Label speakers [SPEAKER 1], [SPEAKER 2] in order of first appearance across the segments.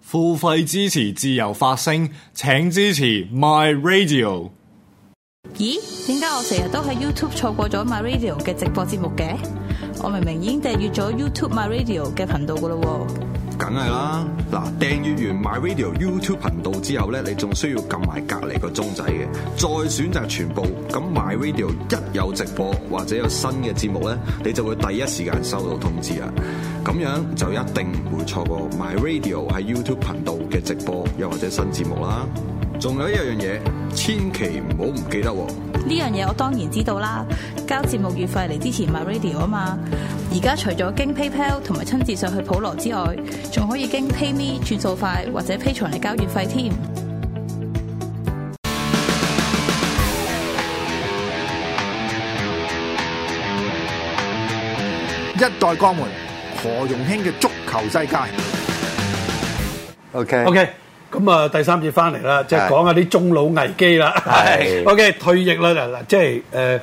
[SPEAKER 1] 付費支持自由發聲，請支持 My Radio。
[SPEAKER 2] 咦？點解我成日都喺 YouTube 錯過咗 My Radio 嘅直播節目嘅？我明明已經訂閱咗 YouTube My Radio 嘅頻道噶咯
[SPEAKER 3] 梗係啦，嗱訂閱完 My Radio YouTube 頻道之後咧，你仲需要撳埋隔離個鐘仔嘅，再選擇全部。咁 My Radio 一有直播或者有新嘅節目咧，你就會第一時間收到通知啊！咁樣就一定唔會錯過 My Radio 喺 YouTube 頻道嘅直播，又或者新節目啦。仲有一樣嘢，千祈唔好唔記得喎！
[SPEAKER 2] 喎。呢樣嘢我當然知道啦，交節目月費嚟支持 My Radio 啊嘛。而家除咗經 PayPal 同埋親自上去普羅之外，仲可以經 PayMe 轉數快或者 Patreon 嚟交月費添。
[SPEAKER 4] 一代江門何容興嘅足球世界。
[SPEAKER 5] O K，
[SPEAKER 6] O K，咁啊第三節翻嚟啦，即係
[SPEAKER 5] 係
[SPEAKER 6] 講下啲中老危機啦。
[SPEAKER 5] 係
[SPEAKER 6] O K，退役啦嗱嗱，即係呃誒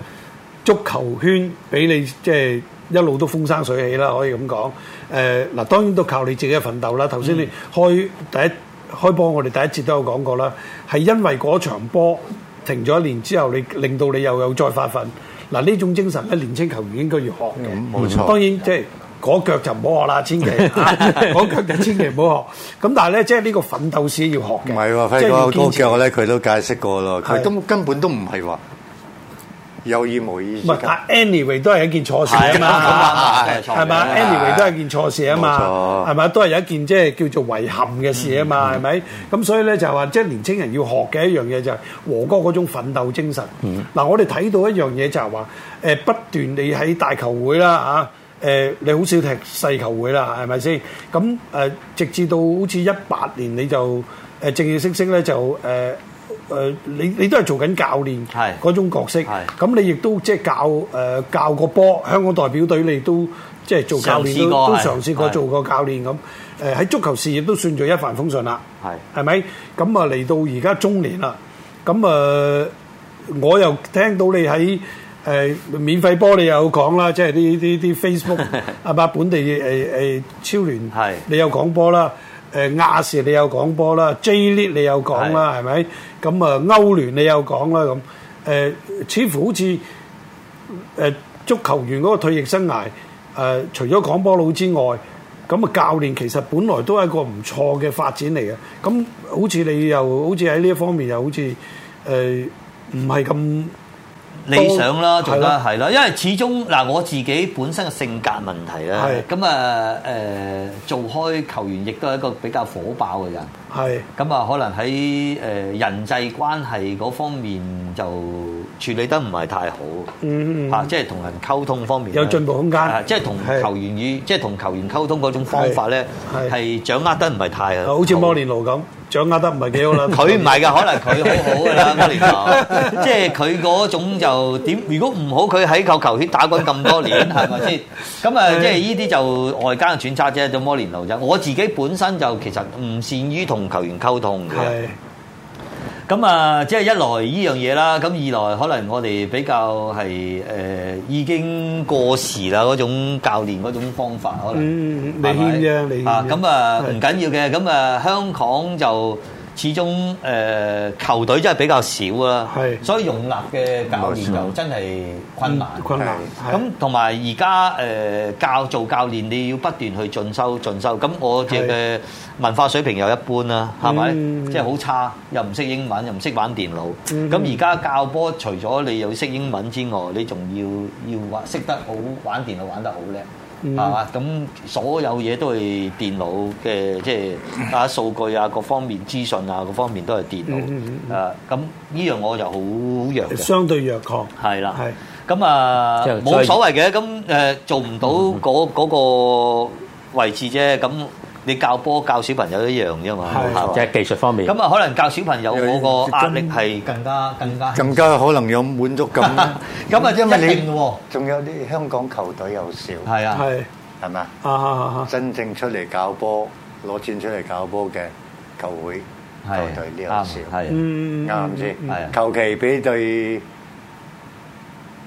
[SPEAKER 6] 足球圈俾你即係一路都風生水起啦，可以咁講。誒、嗱，當然都靠你自己嘅奮鬥啦。頭
[SPEAKER 5] 嗯
[SPEAKER 6] 先你開第一開波，我哋第一節都有講過啦，係因為嗰場波停咗一年之後，你令到你又有再發奮。嗱呢種精神咧，年青球員應該要學嘅。
[SPEAKER 5] 嗯冇錯
[SPEAKER 6] 當然即係嗰腳就唔好學啦，千 祈啊嗰腳就千祈唔好學。咁但係咧，即係呢個奮鬥史要學
[SPEAKER 5] 唔
[SPEAKER 6] 嘅，
[SPEAKER 5] 係喎，
[SPEAKER 6] 即係
[SPEAKER 5] 輝哥
[SPEAKER 6] 要堅
[SPEAKER 5] 嗰
[SPEAKER 6] 持。
[SPEAKER 5] 腳咧，佢都解釋過咯，佢
[SPEAKER 6] 係
[SPEAKER 5] 根根本都唔係話有意無意之
[SPEAKER 6] 唔係，
[SPEAKER 5] 間
[SPEAKER 6] 但 anyway 都係一件錯事啊嘛，
[SPEAKER 5] 係
[SPEAKER 6] 係嘛
[SPEAKER 5] 係
[SPEAKER 6] ？anyway 都係一件錯事啊嘛，
[SPEAKER 5] 冇錯
[SPEAKER 6] 係咪？都係有一件即係叫做遺憾嘅事啊嘛，係咪？咁所以咧就話即係年青人要學嘅一樣嘢就係和哥嗰種奮鬥精神。嗱，我哋睇到一樣嘢就係話誒不斷你喺大球會啦嚇，誒你好少踢細球會啦，係咪先？咁誒直至到好似一八年你就誒正正式式咧就誒。誒，呃你你都係做緊教練
[SPEAKER 7] 係
[SPEAKER 6] 嗰種角色，
[SPEAKER 7] 係
[SPEAKER 6] 咁你亦都即係教誒、呃教個波，香港代表隊你都即係做教練
[SPEAKER 7] 嘗試
[SPEAKER 6] 都
[SPEAKER 7] 過
[SPEAKER 6] 都
[SPEAKER 7] 係
[SPEAKER 6] 嘗試過
[SPEAKER 7] 係
[SPEAKER 6] 做過教練咁。誒喺足球事業都算做一帆風順啦，
[SPEAKER 7] 係
[SPEAKER 6] 係咪？咁啊嚟到而家中年啦，咁誒、呃我又聽到你喺。誒、免費波你有講啦，即係啲啲啲 Facebook 係嘛，本地誒誒、超聯
[SPEAKER 7] 係
[SPEAKER 6] 你有講波啦，誒、亞視你有講波啦，J League 你有講啦，係咪？咁啊歐聯你有講啦，咁誒、似乎好似誒、足球員嗰個退役生涯誒、除咗講波佬之外，咁啊教練其實本來都係一個唔錯嘅發展嚟嘅。咁好似你又好似喺呢一方面又好似誒唔係咁
[SPEAKER 7] 理想啦，
[SPEAKER 6] 多
[SPEAKER 7] 做
[SPEAKER 6] 哦係
[SPEAKER 7] 得
[SPEAKER 6] 啦
[SPEAKER 7] 係啦，因為始終嗱我自己本身嘅性格問題啦
[SPEAKER 6] 係，
[SPEAKER 7] 咁啊誒做開球員亦都係一個比較火爆嘅人，
[SPEAKER 6] 係
[SPEAKER 7] 咁啊可能喺誒、呃人際關係嗰方面就處理得唔係太好，
[SPEAKER 6] 嗯嗯嗯
[SPEAKER 7] 啊即係同人溝通方面
[SPEAKER 6] 有
[SPEAKER 7] 呢
[SPEAKER 6] 進步空間
[SPEAKER 7] 啊即係同
[SPEAKER 6] 係
[SPEAKER 7] 球員與即係同球員溝通嗰種方法咧
[SPEAKER 6] 係啊
[SPEAKER 7] 係掌握得唔係太
[SPEAKER 6] 好似摩連奴咁，掌握得唔係幾好啦。
[SPEAKER 7] 佢唔係㗎，可能佢好好㗎啦，摩連奴， 即係佢嗰種就點？如果唔好，佢喺球球圈打滾咁多年，係咪先？ 咁啊，即係呢啲就外間嘅揣測啫，就摩連奴啫。我自己本身就其實唔善於同球員溝通嘅。
[SPEAKER 6] 係
[SPEAKER 7] 咁啊，即係一來呢樣嘢啦，咁二來可能我哋比較係誒、呃已經過時啦嗰種教練嗰種方法，可能。
[SPEAKER 6] 嗯，你牽啫，你牽啫
[SPEAKER 7] 啊，咁啊
[SPEAKER 6] 係
[SPEAKER 7] 唔緊要嘅，咁啊香港就始終誒、呃球隊真係比較少啦，
[SPEAKER 6] 係嗯
[SPEAKER 7] 所以容納嘅教
[SPEAKER 5] 冇
[SPEAKER 7] 練
[SPEAKER 5] 錯
[SPEAKER 7] 就真係困難。
[SPEAKER 6] 困難係
[SPEAKER 7] 咁同埋而家誒教做教練，你要不斷去進修進修。咁我嘅嘅文化水平又一般啦，係咪？
[SPEAKER 6] 嗯
[SPEAKER 7] 即係好差，又唔識英文，又唔識玩電腦。
[SPEAKER 6] 嗯
[SPEAKER 7] 咁而家教波，除咗你又識英文之外，你仲要要玩識得好玩電腦玩得好叻。係
[SPEAKER 6] 嗯
[SPEAKER 7] 嘛？咁所有嘢都係電腦嘅，即係啊數據啊，各方面資訊啊，各方面都係電腦
[SPEAKER 6] 嗯嗯。
[SPEAKER 7] 誒，咁呢樣我就好弱嘅。
[SPEAKER 6] 相對弱抗。
[SPEAKER 7] 係啦
[SPEAKER 6] 係，
[SPEAKER 7] 咁啊
[SPEAKER 8] 即係
[SPEAKER 7] 冇
[SPEAKER 8] 再
[SPEAKER 7] 所謂嘅，咁誒做唔到嗰嗰個位置啫，咁你教波教小朋友一樣啫嘛。
[SPEAKER 6] 係
[SPEAKER 7] 嚇
[SPEAKER 5] 錯
[SPEAKER 8] 即係技術方面。
[SPEAKER 7] 咁啊，可能教小朋友嗰
[SPEAKER 5] 有
[SPEAKER 7] 個壓力係更加更加。。
[SPEAKER 5] 更加可能有滿足感啦
[SPEAKER 7] 咁啊
[SPEAKER 5] 因為
[SPEAKER 7] 一定喎
[SPEAKER 5] 你仲有啲香港球隊又少，
[SPEAKER 7] 係啊，
[SPEAKER 6] 係
[SPEAKER 5] 係咪啊？
[SPEAKER 6] 啊啊
[SPEAKER 5] 真正出嚟搞波、攞錢出嚟搞波嘅球會球
[SPEAKER 7] 係
[SPEAKER 5] 隊呢
[SPEAKER 7] 啱
[SPEAKER 5] 又
[SPEAKER 7] 啊
[SPEAKER 5] 少，
[SPEAKER 7] 係啊
[SPEAKER 6] 嗯
[SPEAKER 5] 啱唔先
[SPEAKER 7] 係啊？
[SPEAKER 5] 求其俾對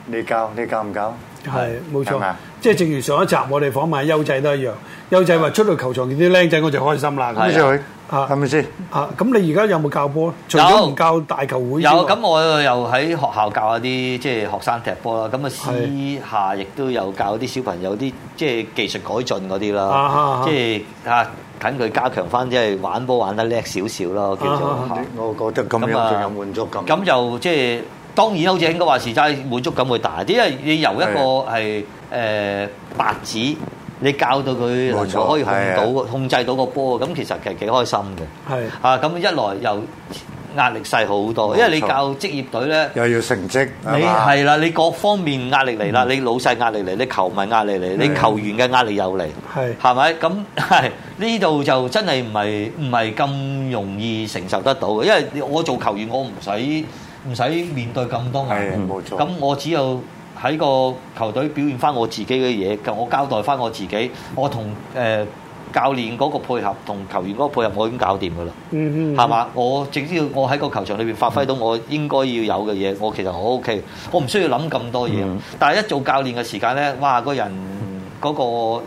[SPEAKER 5] 你教，你教唔教？
[SPEAKER 6] 係冇
[SPEAKER 5] 係
[SPEAKER 6] 錯
[SPEAKER 5] 嘛，
[SPEAKER 6] 即係正如上一集我哋訪問優仔都一樣，優仔話出到球場見啲僆仔我就開心啦。
[SPEAKER 7] 係
[SPEAKER 6] 咁
[SPEAKER 5] 咁就
[SPEAKER 7] 啊
[SPEAKER 5] 去
[SPEAKER 6] 啊
[SPEAKER 5] 係咪先？
[SPEAKER 6] 啊，咁你而家有冇教波？除咗唔教大球會之
[SPEAKER 7] 有
[SPEAKER 6] 外，
[SPEAKER 7] 咁，我又喺學校教下啲即係學生踢波啦。咁啊，私
[SPEAKER 6] 係
[SPEAKER 7] 下亦都有教啲小朋友啲即係技術改進嗰啲
[SPEAKER 6] 啊啊啊
[SPEAKER 7] 啦，即係啊，等佢加強翻，即係玩波玩得叻少少咯，叫
[SPEAKER 6] 啊
[SPEAKER 7] 做
[SPEAKER 6] 啊啊
[SPEAKER 7] 嚇。
[SPEAKER 5] 我覺得咁樣
[SPEAKER 7] 咁啊
[SPEAKER 5] 仲有滿足感。
[SPEAKER 7] 咁就即係當然好似應該話時齋滿足感會大啲，因為你由一個係誒、呃白紙，你教到佢能
[SPEAKER 5] 冇
[SPEAKER 7] 夠
[SPEAKER 5] 錯
[SPEAKER 7] 可以控
[SPEAKER 5] 係
[SPEAKER 7] 到
[SPEAKER 5] 啊
[SPEAKER 7] 控制到個波，咁其實其實幾開心嘅。
[SPEAKER 6] 係
[SPEAKER 7] 啊，咁一來又壓力細好多，
[SPEAKER 5] 冇錯
[SPEAKER 7] 因為你教職業隊咧。
[SPEAKER 5] 又要成績，
[SPEAKER 7] 你
[SPEAKER 5] 係嘛嗯
[SPEAKER 7] 係啦，你各方面壓力嚟啦，你老細壓力嚟，你球迷壓力嚟，你
[SPEAKER 5] 係
[SPEAKER 7] 球員嘅壓力又嚟，
[SPEAKER 6] 係
[SPEAKER 7] 係咪？咁係呢度就真係唔係唔係咁容易承受得到嘅，因為我做球員，我唔使唔使面對咁多壓力
[SPEAKER 5] 係，冇錯
[SPEAKER 7] 咁我只有喺個球隊表現翻我自己嘅嘢，咁我交代翻我自己，我同誒、呃教練嗰個配合，同球員嗰個配合，我已經搞掂噶啦。
[SPEAKER 6] 嗯嗯
[SPEAKER 7] 係嘛？我只要我喺個球場裏邊發揮到我應該要有嘅嘢，我其實我 OK，我唔需要諗咁多嘢。
[SPEAKER 8] 嗯
[SPEAKER 7] 但係一做教練嘅時間咧，哇！個人嗰個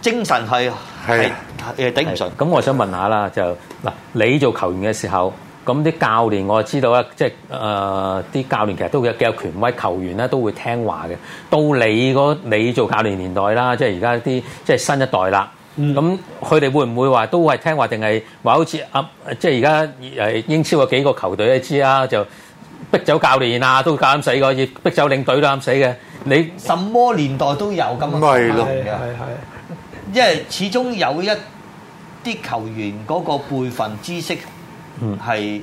[SPEAKER 7] 精神係係
[SPEAKER 5] 係啊
[SPEAKER 7] 係頂唔順。
[SPEAKER 8] 咁我想問下啦，就嗱，你做球員嘅時候，咁啲教練我知道啦，即係誒啲教練其實都有幾有權威，球員咧都會聽話嘅。到你嗰你做教練年代啦，即係而家啲即係新一代啦。咁佢哋會唔會話都係聽話，定係話好似啊，即係而家誒英超有幾個球隊都知啦，就逼走教練啊，都夠膽死嘅，要逼走領隊都夠膽死嘅。你
[SPEAKER 7] 什麼年代都有咁嘅
[SPEAKER 5] 咪係
[SPEAKER 6] 係
[SPEAKER 5] 咯
[SPEAKER 7] 情況嘅
[SPEAKER 6] 係係。
[SPEAKER 7] 因為始終有一啲球員嗰個輩份知識係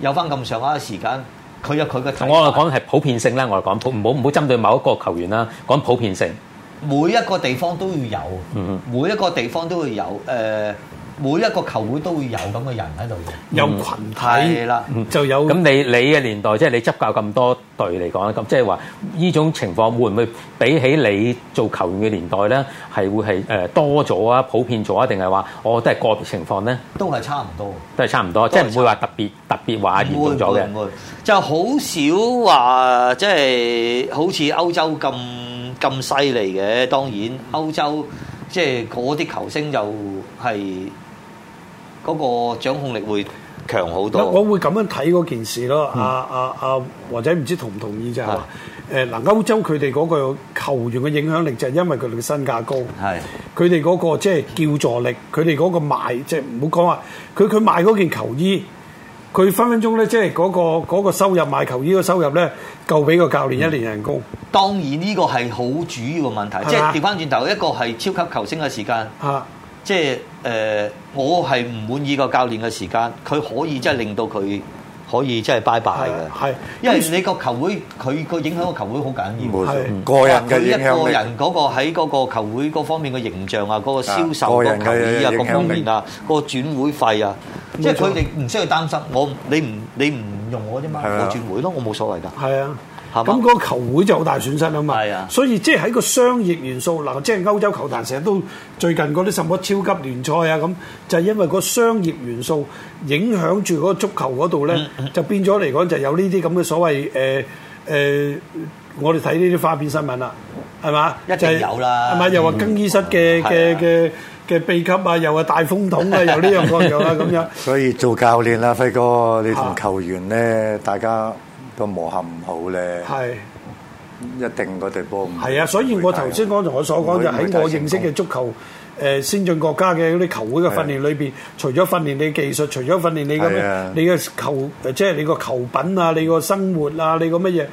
[SPEAKER 7] 有翻咁上下嘅時間，佢有佢嘅睇法。
[SPEAKER 8] 我哋講係普遍性啦，我哋講普唔好唔好針對某一個球員啦，講普遍性。
[SPEAKER 7] 每一個地方都要有，
[SPEAKER 8] 嗯
[SPEAKER 7] 每一個地方都會有，誒、呃每一個球會都會有咁嘅人喺度嘅。
[SPEAKER 6] 有群體
[SPEAKER 7] 嗯係啦，
[SPEAKER 6] 就有
[SPEAKER 8] 咁你你嘅年代，即係你執教咁多隊嚟講，咁即係話呢種情況會唔會比起你做球員嘅年代咧，係會係誒、呃多咗啊、普遍咗啊，定係話我都係個別情況咧，
[SPEAKER 7] 都係差唔多。
[SPEAKER 8] 都係差唔多，即係唔會話特別特別話嚴重咗嘅
[SPEAKER 7] 唔會唔。會就好少話即係好似歐洲咁咁犀利嘅。當然歐洲即係嗰啲球星就係嗰個掌控力會強好
[SPEAKER 6] 嗱，我
[SPEAKER 7] 多。
[SPEAKER 6] 會咁樣睇嗰件事咯。
[SPEAKER 7] 嗯
[SPEAKER 6] 阿阿阿或者唔知同唔同意就係話，誒嗱歐洲佢哋嗰個球員嘅影響力就係因為佢哋嘅身價高，
[SPEAKER 7] 係
[SPEAKER 6] 佢哋嗰個即係叫助力，佢哋嗰個賣即係唔好講話，佢佢賣嗰件球衣。佢分分鐘咧，即係嗰個嗰個收入賣球衣嘅收入咧，夠俾個教練一年人工。
[SPEAKER 7] 當然呢個係好主要嘅問題，即
[SPEAKER 6] 係嘛
[SPEAKER 7] 係調翻轉頭，一個係超級球星嘅時間。
[SPEAKER 6] 啊，
[SPEAKER 7] 即係誒、呃我係唔滿意個教練嘅時間，佢可以真係令到佢可以真係拜拜嘅。
[SPEAKER 6] 係
[SPEAKER 7] 因為你個球會佢個影響個球會好緊要。
[SPEAKER 5] 冇
[SPEAKER 6] 係
[SPEAKER 5] 錯，個人嘅
[SPEAKER 7] 佢
[SPEAKER 5] 影
[SPEAKER 7] 一
[SPEAKER 5] 響
[SPEAKER 7] 個
[SPEAKER 5] 力。
[SPEAKER 7] 人嗰個喺嗰個球會嗰方面嘅形象啊，嗰、個銷售、
[SPEAKER 5] 啊個
[SPEAKER 7] 個
[SPEAKER 5] 人嘅
[SPEAKER 7] 球衣啊，
[SPEAKER 5] 影響
[SPEAKER 7] 各
[SPEAKER 5] 力
[SPEAKER 7] 方面啊，個轉會費啊，即係
[SPEAKER 6] 冇錯
[SPEAKER 7] 佢哋唔需要擔心。我你唔你唔用我啫嘛，
[SPEAKER 5] 係啊
[SPEAKER 7] 我轉會咯，我冇所謂㗎。
[SPEAKER 6] 係啊。
[SPEAKER 7] 係嘛
[SPEAKER 6] 咁嗰個球會就好大損失啊嘛，
[SPEAKER 7] 係啊
[SPEAKER 6] 所以即係喺個商業元素嗱，即係歐洲球壇成日都最近嗰啲什麼超級聯賽啊咁，就係因為個商業元素影響住嗰個足球嗰度
[SPEAKER 7] 嗯
[SPEAKER 6] 咧，就變咗嚟講就有呢啲咁嘅所謂誒誒，我哋睇呢啲花邊新聞啦，係嘛？
[SPEAKER 7] 一定
[SPEAKER 6] 就係
[SPEAKER 7] 有啦
[SPEAKER 6] 係咪？又話更衣室嘅嘅
[SPEAKER 7] 係啊
[SPEAKER 6] 嘅嘅秘笈啊，又話大風筒啊，又呢樣嗰樣啦咁樣。
[SPEAKER 5] 所以做教練啦，輝哥，你
[SPEAKER 6] 啊
[SPEAKER 5] 同球員咧，大家個磨合唔好咧，
[SPEAKER 6] 係
[SPEAKER 5] 一定嗰隊波唔
[SPEAKER 6] 係啊，所以我頭先剛才我所講就喺我認識嘅足球誒、呃先進國家嘅嗰啲球會嘅訓練裏邊，除咗訓練你技術，除咗訓練你咁
[SPEAKER 5] 係
[SPEAKER 6] 樣
[SPEAKER 5] 啊
[SPEAKER 6] 你嘅球誒即係你個球品啊，你個生活啊，你個乜嘢，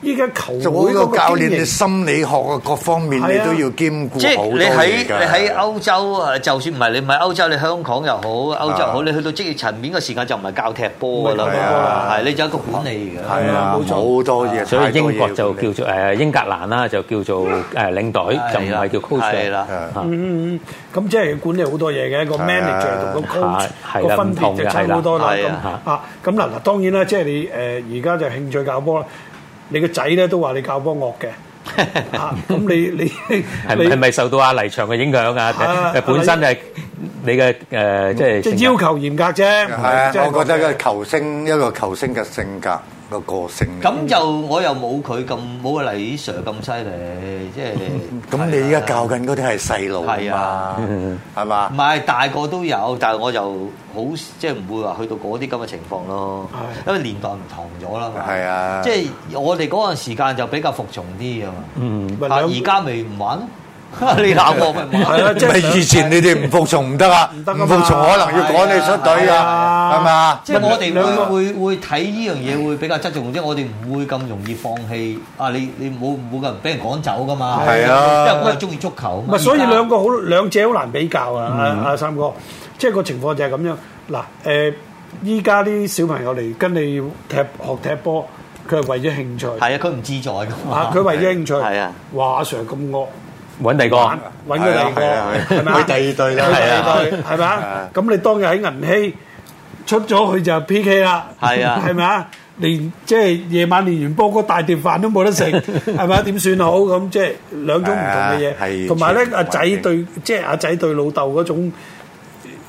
[SPEAKER 6] 依家球
[SPEAKER 5] 做
[SPEAKER 6] 會
[SPEAKER 5] 一
[SPEAKER 6] 嗰
[SPEAKER 5] 個教
[SPEAKER 6] 個
[SPEAKER 5] 練，
[SPEAKER 6] 經
[SPEAKER 5] 你
[SPEAKER 6] 營，
[SPEAKER 5] 心理學啊各方面
[SPEAKER 6] 係
[SPEAKER 5] 你
[SPEAKER 6] 啊
[SPEAKER 5] 都要兼
[SPEAKER 7] 即
[SPEAKER 5] 顧
[SPEAKER 7] 係
[SPEAKER 5] 好多
[SPEAKER 7] 你喺
[SPEAKER 5] 嘢㗎。
[SPEAKER 7] 你喺歐洲誒，就算唔係你唔係歐洲，你香港又好，歐洲又好，你去到職業層面嘅時間就唔係教踢波㗎啦
[SPEAKER 5] 唔係踢波啦
[SPEAKER 7] 嘛，係你就一個管理嘅。
[SPEAKER 5] 係啊，
[SPEAKER 6] 冇錯
[SPEAKER 5] 好多嘢，
[SPEAKER 8] 所
[SPEAKER 5] 太
[SPEAKER 8] 以
[SPEAKER 5] 多
[SPEAKER 8] 英
[SPEAKER 5] 嘢
[SPEAKER 8] 國
[SPEAKER 5] 要
[SPEAKER 8] 就
[SPEAKER 5] 管理
[SPEAKER 8] 叫做誒英格蘭啦，就叫做誒領隊，就唔係叫 coach
[SPEAKER 7] 係
[SPEAKER 8] 嘅
[SPEAKER 7] 啦。
[SPEAKER 5] 係
[SPEAKER 8] 嚇
[SPEAKER 6] 嗯嗯嗯，咁即係管理好多嘢嘅，個
[SPEAKER 5] 啊
[SPEAKER 6] manager 同個
[SPEAKER 8] 係
[SPEAKER 6] coach
[SPEAKER 8] 係
[SPEAKER 6] 個
[SPEAKER 8] 啦
[SPEAKER 6] 分
[SPEAKER 8] 唔同
[SPEAKER 6] 別
[SPEAKER 8] 嘅
[SPEAKER 6] 就差好多啦。
[SPEAKER 7] 係
[SPEAKER 6] 咁
[SPEAKER 7] 啊
[SPEAKER 6] 啊，咁嗱嗱，當然啦，即係你誒而家就興趣教波啦，你個仔咧都話你教波惡嘅。啊！咁你你
[SPEAKER 8] 係
[SPEAKER 6] 你
[SPEAKER 8] 係咪受到阿黎翔嘅影響啊？
[SPEAKER 6] 啊
[SPEAKER 8] 誒本身係你嘅誒即係
[SPEAKER 6] 即
[SPEAKER 8] 性
[SPEAKER 6] 係
[SPEAKER 8] 格
[SPEAKER 6] 要求嚴格啫，唔
[SPEAKER 5] 係啊
[SPEAKER 6] 係即係，
[SPEAKER 5] 我覺得個球星一個球星嘅性格個個性嚟。
[SPEAKER 7] 咁就我又冇佢咁冇阿黎 Sir 咁犀利，即係
[SPEAKER 5] 咁你而家教緊嗰啲係細路啊
[SPEAKER 7] 係啊
[SPEAKER 5] 嘛，係
[SPEAKER 7] 唔
[SPEAKER 5] 嘛？
[SPEAKER 7] 係大個都有，但係我就好即係唔會話去到嗰啲咁嘅情況咯，
[SPEAKER 6] 係
[SPEAKER 7] 因為年代唔同咗啦嘛。
[SPEAKER 5] 係啊
[SPEAKER 7] 即係我哋嗰陣時間就比較服從啲啊嘛。
[SPEAKER 8] 嗯
[SPEAKER 6] 咪
[SPEAKER 7] 啊
[SPEAKER 6] 兩
[SPEAKER 7] 而家咪唔玩咯， 你鬧我咪唔玩
[SPEAKER 6] 係
[SPEAKER 7] 咯。
[SPEAKER 6] 啦，即
[SPEAKER 5] 即係
[SPEAKER 6] 係
[SPEAKER 5] 以前你哋唔服從唔得啊，
[SPEAKER 6] 唔得㗎嘛
[SPEAKER 5] 唔服從可能要趕你出隊
[SPEAKER 6] 係
[SPEAKER 5] 啊，
[SPEAKER 6] 啊
[SPEAKER 5] 係嘛？
[SPEAKER 7] 即係我哋
[SPEAKER 6] 兩個
[SPEAKER 7] 會會會睇呢樣嘢會比較側重，即係我哋唔會咁容易放棄。啊，你你冇冇咁俾人趕走噶嘛？
[SPEAKER 5] 係啊
[SPEAKER 7] 因為我係中意足球啊
[SPEAKER 6] 咪
[SPEAKER 7] 嘛。
[SPEAKER 6] 所以
[SPEAKER 7] 而家
[SPEAKER 6] 兩個好兩者好難比較啊！阿阿三哥，即係個情況就係咁樣嗱誒，依家啲小朋友嚟跟你踢學踢波，佢係為咗興趣
[SPEAKER 7] 係啊，佢唔自在噶嘛
[SPEAKER 6] 啊，。佢為咗興趣
[SPEAKER 7] 係啊，
[SPEAKER 6] 哇阿，Sir 咁惡，
[SPEAKER 8] 揾第二
[SPEAKER 6] 玩
[SPEAKER 8] 個。
[SPEAKER 6] 揾佢嚟
[SPEAKER 5] 係啊
[SPEAKER 6] 個
[SPEAKER 5] 係啊
[SPEAKER 6] 係咪
[SPEAKER 5] 去第二隊啦
[SPEAKER 6] 去第
[SPEAKER 7] 係啊
[SPEAKER 6] 二隊係咪啊？咁你當日喺銀禧出咗去就 P K 啦，
[SPEAKER 7] 係啊
[SPEAKER 6] 係咪啊？連即係夜晚練完波，嗰大碟飯都冇得食，係咪啊？點算好咁？即係兩種唔同嘅
[SPEAKER 5] 係啊係
[SPEAKER 6] 嘢，同埋咧
[SPEAKER 5] 全部
[SPEAKER 6] 阿仔
[SPEAKER 5] 環境
[SPEAKER 6] 對即係阿仔對老豆嗰種。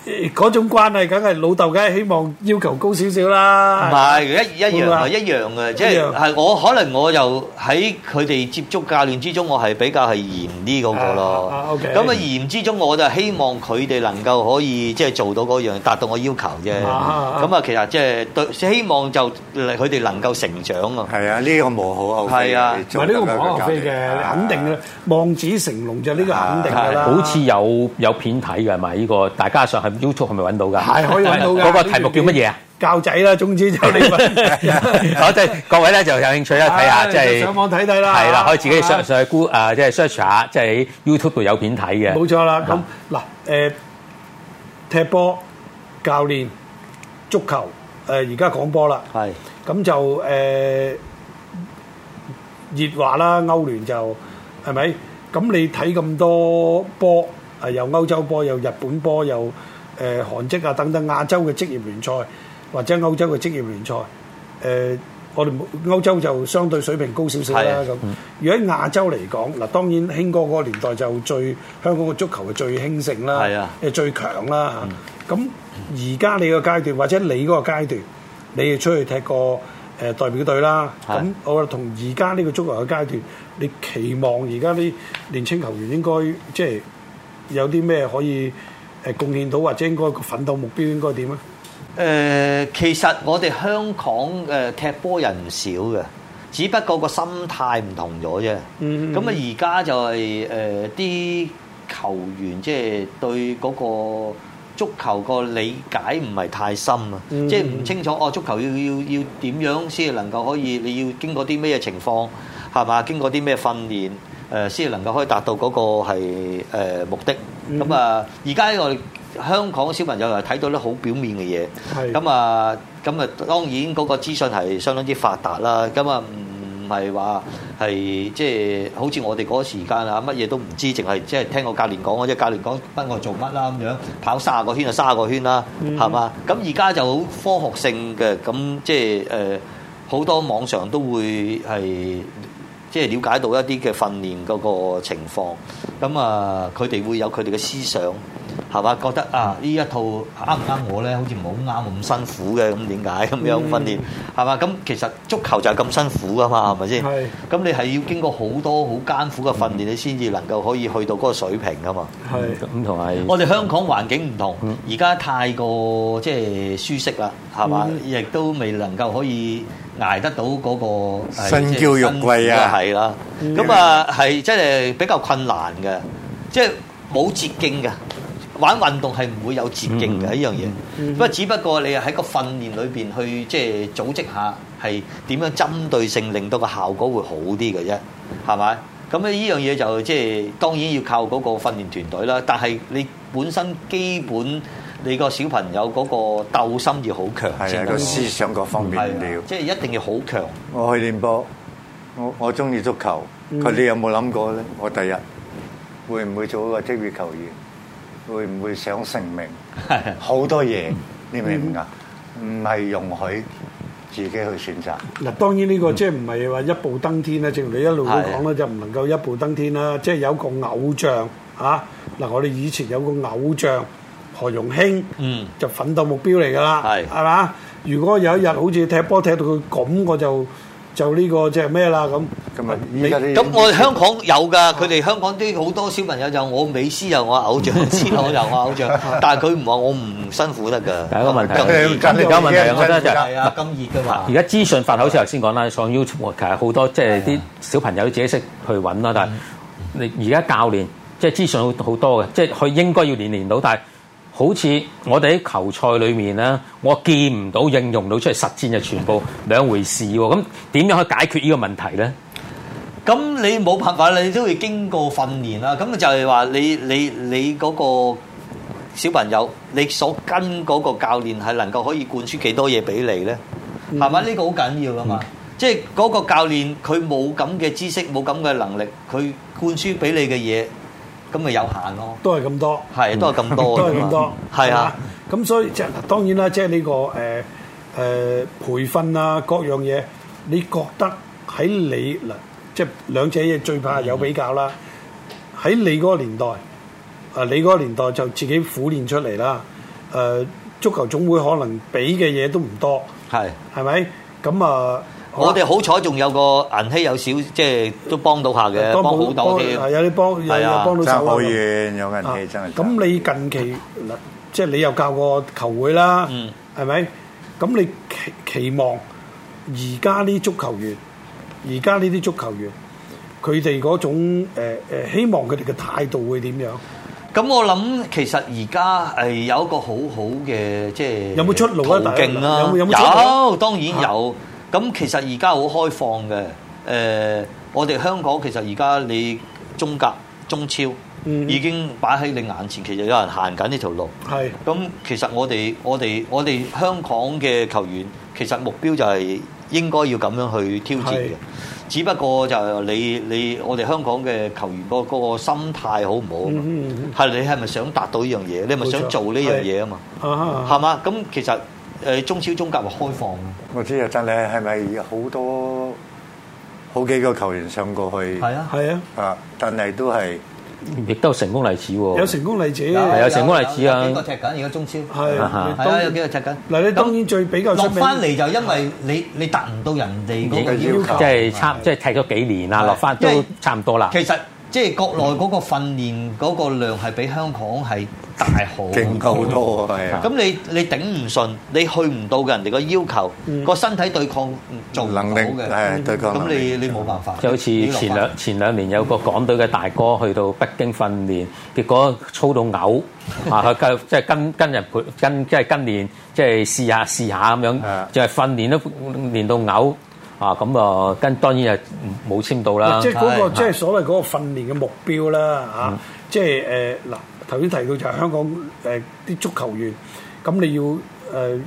[SPEAKER 6] 誒嗰種關係，梗係老豆梗係希望要求高少少
[SPEAKER 7] 唔
[SPEAKER 6] 啦。
[SPEAKER 7] 係一一樣啊，
[SPEAKER 6] 啊會
[SPEAKER 7] 一
[SPEAKER 6] 嘛
[SPEAKER 7] 樣嘅，即係
[SPEAKER 6] 一樣
[SPEAKER 7] 係我可能我又喺佢哋接觸教練之中，我係比較係嚴啲嗰個
[SPEAKER 6] 啊啊
[SPEAKER 7] 咯。
[SPEAKER 6] ，OK
[SPEAKER 7] 咁啊嚴之中，我就希望佢哋能夠可以即係做到嗰樣，達到我要求啫。咁
[SPEAKER 6] 啊啊啊
[SPEAKER 7] 啊，其實即係對希望就佢哋能夠成長啊。
[SPEAKER 5] 係啊，呢個無可厚非
[SPEAKER 7] 係啊
[SPEAKER 5] 你
[SPEAKER 6] 唔
[SPEAKER 5] 做
[SPEAKER 6] 係
[SPEAKER 5] 得
[SPEAKER 6] 呢個無可
[SPEAKER 5] 一
[SPEAKER 6] 厚
[SPEAKER 5] 教
[SPEAKER 6] 非
[SPEAKER 5] 練
[SPEAKER 6] 嘅，
[SPEAKER 5] 啊
[SPEAKER 6] 肯定嘅。望子成龍就呢個肯定㗎啦。
[SPEAKER 8] 好似有有片睇嘅係咪？呢個大家上係 YouTube 係咪揾到㗎？
[SPEAKER 6] 係可以揾到㗎。
[SPEAKER 8] 嗰個題目叫乜嘢 啊？
[SPEAKER 6] 教仔啦，總之就你 問。
[SPEAKER 8] 我即係各位咧就有興趣咧睇下，
[SPEAKER 6] 唉
[SPEAKER 8] 即係
[SPEAKER 6] 上網睇睇啦
[SPEAKER 8] 係啦，可以自己
[SPEAKER 6] 啊
[SPEAKER 8] 上上去 Google 啊，即係 search 下，即係喺 YouTube 度有片睇嘅。
[SPEAKER 6] 冇錯啦。咁嗱，誒踢波、教練、足球，誒而家講波啦。
[SPEAKER 7] 係
[SPEAKER 6] 咁就誒、熱話啦，歐聯就係咪？咁你睇咁多波，誒有歐洲波，有日本波，有誒、韓職啊等等亞洲嘅職業聯賽，或者歐洲嘅職業聯賽，誒、我哋冇歐洲就相對水平高少少啦
[SPEAKER 7] 係
[SPEAKER 6] 咁。如果喺亞洲嚟講，嗱當然興哥嗰個年代就最香港嘅足球係最興盛啦，
[SPEAKER 7] 係啊
[SPEAKER 6] 誒最強啦嚇。咁而家你個階段，或者你嗰個階段，你哋出去踢過誒、呃代表隊啦。
[SPEAKER 7] 係
[SPEAKER 6] 咁我覺得同而家呢個足球嘅階段，你期望而家啲年青球員應該即係有啲咩可以誒貢獻到，或者應該個奮鬥目標應該點啊咧？
[SPEAKER 7] 誒、呃其實我哋香港誒、踢波人唔少嘅，只不過個心態唔同咗啫。
[SPEAKER 6] 嗯
[SPEAKER 7] 咁啊，而家就係誒啲球員即係對嗰個足球個理解唔係太深啊，
[SPEAKER 6] 嗯
[SPEAKER 7] 即係唔清楚哦，足球要要要點樣先能夠可以，你要經過啲咩情況係嘛？經過啲咩訓練誒，先、能夠可以達到嗰個係誒、目的。咁啊、而家我哋香港小朋友又睇到啲好表面嘅嘢。
[SPEAKER 6] 係
[SPEAKER 7] 咁啊，咁啊，當然嗰個資訊係相當之發達啦。咁啊，唔係話係即係好似我哋嗰時間啊，乜嘢都唔知，淨係即係聽個教練講嘅啫。教練講乜我做乜啦咁樣，跑卅個圈就卅個圈啦，係嘛、咁而家就好科學性嘅，咁即係誒好多網上都會係。即係了解到一啲嘅訓練嗰個情況，咁啊佢哋會有佢哋嘅思想，係嘛？覺得啊呢一套啱唔啱我咧？好似唔好啱我咁辛苦嘅，咁點解咁樣訓練係嘛？咁其實足球就係咁辛苦噶嘛，係咪先？
[SPEAKER 6] 係
[SPEAKER 7] 咁你係要經過好多好艱苦嘅訓練，你先至能夠可以去到嗰個水平噶嘛。
[SPEAKER 6] 係
[SPEAKER 8] 咁同埋
[SPEAKER 7] 我哋香港環境唔同，而家太過即係舒適啦，係嘛？亦都未能夠可以捱得到嗰、個係
[SPEAKER 5] 身
[SPEAKER 7] 即係
[SPEAKER 5] 嬌肉貴啊
[SPEAKER 7] 辛苦係啦。咁啊係真係比較困難嘅，即係冇捷徑嘅。玩運動係唔會有捷徑嘅呢樣嘢，不過只不過你係喺個訓練裏邊去即係組織下，係點樣針對性令到個效果會好啲嘅啫，係咪？咁呢樣嘢就即係當然要靠嗰個訓練團隊啦，但係你本身基本你個小朋友嗰個鬥心要好強
[SPEAKER 5] 係
[SPEAKER 7] 先
[SPEAKER 5] 啊，
[SPEAKER 7] 得
[SPEAKER 5] 個
[SPEAKER 7] 喎，
[SPEAKER 5] 思想各方面
[SPEAKER 7] 係
[SPEAKER 5] 了
[SPEAKER 7] 啊。即係一定要好 強。
[SPEAKER 5] 我去練波，我我中意足球。佢你有冇諗過咧？我第日會唔會做一個職業球員？會唔會想成名？好多嘢，你明唔明啊？唔係容許自己去選擇。
[SPEAKER 6] 嗱，當然呢個即係唔係話一步登天啦，正如你一路都講啦，就唔能夠一步登天啦。即係有個偶像啊，嗱，我哋以前有個偶像何容興，
[SPEAKER 7] 嗯
[SPEAKER 6] 就奮鬥目標嚟㗎啦，
[SPEAKER 7] 係
[SPEAKER 6] 係嘛？如果有一日好似踢波踢到佢咁，我就就呢個即係咩啦咁。
[SPEAKER 5] 咁啊，
[SPEAKER 6] 你
[SPEAKER 5] 依家啲
[SPEAKER 7] 咁我哋香港有㗎，佢哋香港啲好多小朋友就我美斯又我偶像，斯朗又我偶像，但係佢唔話我唔辛苦得㗎。
[SPEAKER 8] 第一個問題
[SPEAKER 7] 咁
[SPEAKER 5] 咁
[SPEAKER 7] 熱
[SPEAKER 5] 咁
[SPEAKER 8] 而家問題，我覺得就係
[SPEAKER 7] 係啊，咁熱㗎嘛
[SPEAKER 8] 而。家資訊法好似頭先講啦，上 YouTube 其實好多即係
[SPEAKER 7] 啊
[SPEAKER 8] 啲小朋友都自己識去揾啦，
[SPEAKER 7] 嗯
[SPEAKER 8] 但係你而家教練即係資訊好好多嘅，即係佢應該要年年到，但係好似我哋喺球賽裏面咧，我見唔到應用到出嚟實戰就全部兩回事喎。咁點樣去解決呢個問題咧？
[SPEAKER 7] 咁你冇辦法，你都要經過訓練啦。咁就係話你你你嗰個小朋友，你所跟嗰個教練係能夠可以灌輸幾多嘢俾你咧？係咪？呢個好緊要噶嘛。即係嗰個教練佢冇咁嘅知識，冇咁嘅能力，佢灌輸俾你嘅嘢，咁咪有限咯。
[SPEAKER 6] 都係咁多。
[SPEAKER 7] 係都係咁多
[SPEAKER 6] 都
[SPEAKER 7] 㗎
[SPEAKER 6] 係
[SPEAKER 7] 嘛
[SPEAKER 6] 咁多，係
[SPEAKER 7] 係啊。
[SPEAKER 6] 嘛。咁所以即係嗱當然啦，即係呢個誒誒、呃培訓啊，各樣嘢，你覺得喺你嗱，即係兩者嘢最怕有比較啦。喺你嗰個年代，啊，你嗰個年代就自己苦練出嚟啦。誒、足球總會可能俾嘅嘢都唔多，
[SPEAKER 7] 係。
[SPEAKER 6] 係咪？咁啊，好啦
[SPEAKER 7] 我哋好彩仲有個銀禧有少，即係都幫到下嘅，幫好多添。
[SPEAKER 6] 係有啲啊幫有
[SPEAKER 7] 係
[SPEAKER 6] 有
[SPEAKER 7] 啊
[SPEAKER 6] 幫到
[SPEAKER 5] 爭
[SPEAKER 6] 手啦
[SPEAKER 5] 好
[SPEAKER 6] 咁
[SPEAKER 5] 遠，有人
[SPEAKER 6] 啊
[SPEAKER 5] 氣真係爭。
[SPEAKER 6] 咁你近期嗱，即係你又教過球會啦，
[SPEAKER 7] 嗯
[SPEAKER 6] 係咪、咁你期期望而家呢足球員，而家呢啲足球員，佢哋嗰種誒、呃呃希望佢哋嘅態度會點樣？
[SPEAKER 7] 咁我諗其實而家係有一個好好嘅即係
[SPEAKER 6] 有冇出路啊
[SPEAKER 7] 途徑啦，
[SPEAKER 6] 有冇有冇出啊路
[SPEAKER 7] 有當然有。咁其實而家好開放嘅。誒、我哋香港其實而家你中甲、中超、
[SPEAKER 6] 嗯
[SPEAKER 7] 已經擺喺你眼前，其實有人行緊呢條路。
[SPEAKER 6] 係
[SPEAKER 7] 咁其實我哋我哋我哋香港嘅球員，其實目標就係應該要咁樣去挑戰
[SPEAKER 6] 係
[SPEAKER 7] 嘅。只不過就係你你我哋香港嘅球員個嗰個心態好唔好啊嘛
[SPEAKER 6] 嗯嗯嗯
[SPEAKER 7] 係你係咪想達到呢樣嘢？你係咪
[SPEAKER 6] 冇
[SPEAKER 7] 想
[SPEAKER 6] 錯
[SPEAKER 7] 做呢樣嘢啊嘛？
[SPEAKER 6] 啊哈
[SPEAKER 7] 係嘛？咁其實誒中超中甲咪開放咯。
[SPEAKER 5] 我知啊，但係係咪好多好幾個球員上過去？
[SPEAKER 7] 啊
[SPEAKER 6] 係啊，
[SPEAKER 5] 啊，但係都係
[SPEAKER 8] 亦都有成功例子喎。
[SPEAKER 6] 有成功例子。
[SPEAKER 8] 係有成功例子啊
[SPEAKER 7] 有幾個踢緊而家中超
[SPEAKER 6] 係
[SPEAKER 8] 啊
[SPEAKER 7] 係啊，有幾個踢緊。
[SPEAKER 6] 嗱，你當然最比較
[SPEAKER 7] 落
[SPEAKER 6] 出名
[SPEAKER 7] 翻嚟就因為你你達唔到人哋嗰個
[SPEAKER 5] 嘅
[SPEAKER 7] 要
[SPEAKER 5] 要
[SPEAKER 6] 啊
[SPEAKER 7] 求，
[SPEAKER 5] 求
[SPEAKER 8] 即係差即係踢咗幾年啦，啊
[SPEAKER 7] 係
[SPEAKER 8] 落翻
[SPEAKER 7] 因為
[SPEAKER 8] 都差唔多啦。
[SPEAKER 7] 其實即係國內嗰個訓練嗰個量係比香港係大好
[SPEAKER 5] 勁好多啊，係啊，
[SPEAKER 7] 咁你你頂唔順，你去唔到嘅人哋個要求，
[SPEAKER 8] 嗯
[SPEAKER 7] 個身體對抗做唔到
[SPEAKER 5] 能力
[SPEAKER 7] 嘅，嗯
[SPEAKER 5] 係對抗
[SPEAKER 7] 咁
[SPEAKER 5] 能力
[SPEAKER 7] 你你冇辦法。
[SPEAKER 8] 就好似前兩前兩年有個港隊嘅大哥去到北京訓練，結果操到嘔 啊！佢跟即係跟跟人陪跟即係跟練，即係試下試下咁樣
[SPEAKER 5] 啊，
[SPEAKER 8] 就係訓練都練到嘔啊！咁啊，跟當然係冇簽到啦
[SPEAKER 6] 即。係嗰個
[SPEAKER 7] 係
[SPEAKER 6] 即係所謂嗰個訓練嘅目標啦嚇、即係誒嗱頭先提到就係香港誒啲、足球員，咁你要誒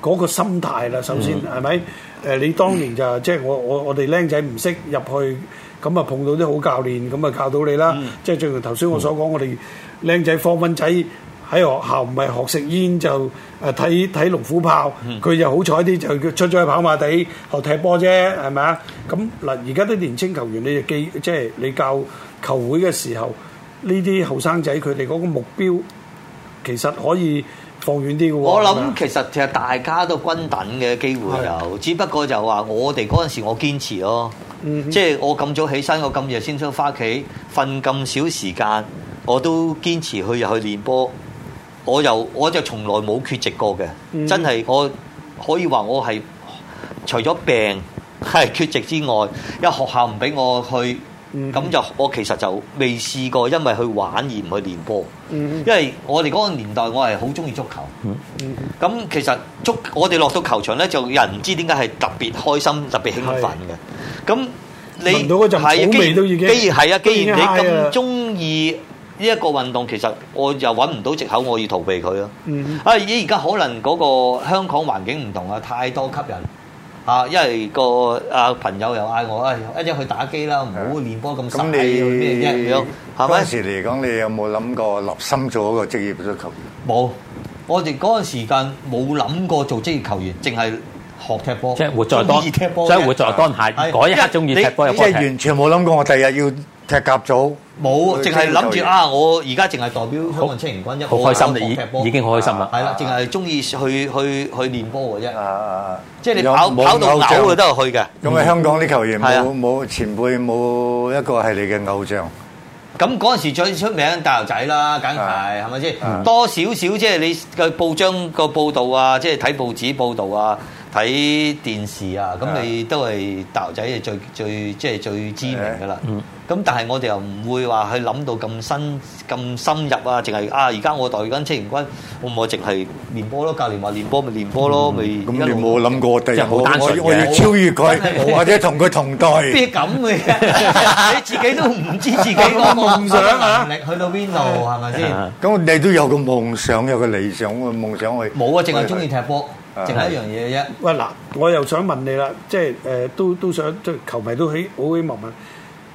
[SPEAKER 6] 嗰、個心態啦，首先係咪？誒、你當年就係即係我我我哋僆仔唔識入去，咁啊碰到啲好教練，咁啊教到你啦。即係正如頭先我所講，我哋僆仔方蚊仔。喺學校唔係學食煙就誒睇睇龍虎豹，
[SPEAKER 7] 嗯
[SPEAKER 6] 佢就好彩啲就叫出咗去跑馬地學踢波啫，係咪啊？咁嗱，而家啲年青球員，你就記即係你教球會嘅時候，呢啲後生仔佢哋嗰個目標其實可以放遠啲嘅喎。
[SPEAKER 7] 我
[SPEAKER 6] 係咪啊
[SPEAKER 7] 諗其實其實大家都均等嘅機會有，只不過就話我哋嗰陣時我堅持咯，
[SPEAKER 6] 嗯哼
[SPEAKER 7] 即係我咁早起身，我咁夜先想翻屋企，瞓咁少時間，我都堅持去入去練波。我又我就從來冇缺席過嘅，
[SPEAKER 6] 嗯
[SPEAKER 7] 真係我可以話我係除咗病係缺席之外，因為學校唔俾我去，
[SPEAKER 6] 嗯
[SPEAKER 7] 咁就我其實就未試過，因為去玩而唔去練波。因為我哋嗰個年代，我係好中意足球。咁其實足我哋落到球場咧，就有人唔知點解係特別開心、特別興奮嘅。咁你
[SPEAKER 6] 聞到嗰陣
[SPEAKER 7] 係啊
[SPEAKER 6] 草
[SPEAKER 7] 既
[SPEAKER 6] 味
[SPEAKER 7] 然
[SPEAKER 6] 都已經
[SPEAKER 7] 既然係啊，
[SPEAKER 6] 都已
[SPEAKER 7] 既
[SPEAKER 6] 經
[SPEAKER 7] 然你
[SPEAKER 6] high 啦
[SPEAKER 7] 咁中意呢一個運動，其實我又揾唔到藉口，我要逃避佢咯。
[SPEAKER 6] 嗯
[SPEAKER 7] 啊！而家可能嗰個香港環境唔同啊，太多吸引啊，因為個啊朋友又嗌我啊，一陣去打機啦，唔好練波咁
[SPEAKER 5] 咁
[SPEAKER 7] 曬
[SPEAKER 5] 你
[SPEAKER 7] 咩啫咁樣，係
[SPEAKER 5] 嗰陣
[SPEAKER 7] 咪？
[SPEAKER 5] 時嚟講，你有冇諗過立心做一個職業足球員？
[SPEAKER 7] 冇，我哋嗰陣時間冇諗過做職業球員，淨係學踢波，
[SPEAKER 8] 即係活在當，
[SPEAKER 7] 中意踢波啫哎
[SPEAKER 8] 即係活在當下
[SPEAKER 7] 係
[SPEAKER 8] 嗰一刻
[SPEAKER 7] 因為
[SPEAKER 8] 中意
[SPEAKER 7] 你
[SPEAKER 8] 踢波入
[SPEAKER 5] 即
[SPEAKER 8] 波
[SPEAKER 5] 係
[SPEAKER 8] 踢。
[SPEAKER 5] 完全冇諗過，我第日要踢甲組。
[SPEAKER 7] 冇，
[SPEAKER 5] 去
[SPEAKER 7] 淨係
[SPEAKER 5] 職業
[SPEAKER 7] 諗
[SPEAKER 5] 球
[SPEAKER 7] 住
[SPEAKER 5] 員
[SPEAKER 7] 啊！我而家淨係代表香港青年軍一，
[SPEAKER 8] 好
[SPEAKER 7] 我
[SPEAKER 8] 開心
[SPEAKER 7] 學踢波
[SPEAKER 8] 已已經好開心啦
[SPEAKER 7] 係啦，淨係中意去去去練波嘅啫
[SPEAKER 5] 啊，啊啊！
[SPEAKER 7] 即係你
[SPEAKER 5] 有
[SPEAKER 7] 跑
[SPEAKER 5] 冇
[SPEAKER 7] 跑到
[SPEAKER 5] 偶像
[SPEAKER 7] 嘔嘅都係去嘅。
[SPEAKER 5] 咁啊，香港啲球員
[SPEAKER 7] 係啊
[SPEAKER 5] 冇冇前輩冇一個係你嘅偶像，
[SPEAKER 7] 咁嗰陣時最出名大頭仔啦，梗係
[SPEAKER 5] 啊
[SPEAKER 7] 係咪先？多少少即係你嘅報章個報導啊，即係睇報紙報導啊，睇電視啊，咁
[SPEAKER 5] 啊
[SPEAKER 7] 你都係大頭仔係最最即係最知名噶啦。
[SPEAKER 5] 嗯
[SPEAKER 7] 咁但係我哋又唔會話去諗到咁深咁深入啊，淨係啊而家我代緊青年軍，我咪淨係練波咯，教練話練波咪練波咯，咪
[SPEAKER 5] 嗯咁
[SPEAKER 7] 一
[SPEAKER 5] 你
[SPEAKER 7] 路
[SPEAKER 5] 冇諗過我第日
[SPEAKER 8] 即係好
[SPEAKER 5] 我
[SPEAKER 8] 單純
[SPEAKER 5] 我我要
[SPEAKER 8] 嘅
[SPEAKER 5] 超越佢
[SPEAKER 7] 真係，
[SPEAKER 5] 或者同佢同代。
[SPEAKER 7] 咩咁嘅？ 你自己都唔知自己 嗰個
[SPEAKER 6] 夢想啊
[SPEAKER 7] 能力去到邊度係咪先？
[SPEAKER 8] 啊
[SPEAKER 5] 咁你都有個夢想，有個理想，個夢想去
[SPEAKER 7] 冇啊，淨係中意踢波，
[SPEAKER 5] 啊
[SPEAKER 7] 淨係一樣嘢嘅啫。
[SPEAKER 6] 喂嗱，我又想問你啦，即係誒、呃都都想即係球迷都希好希望問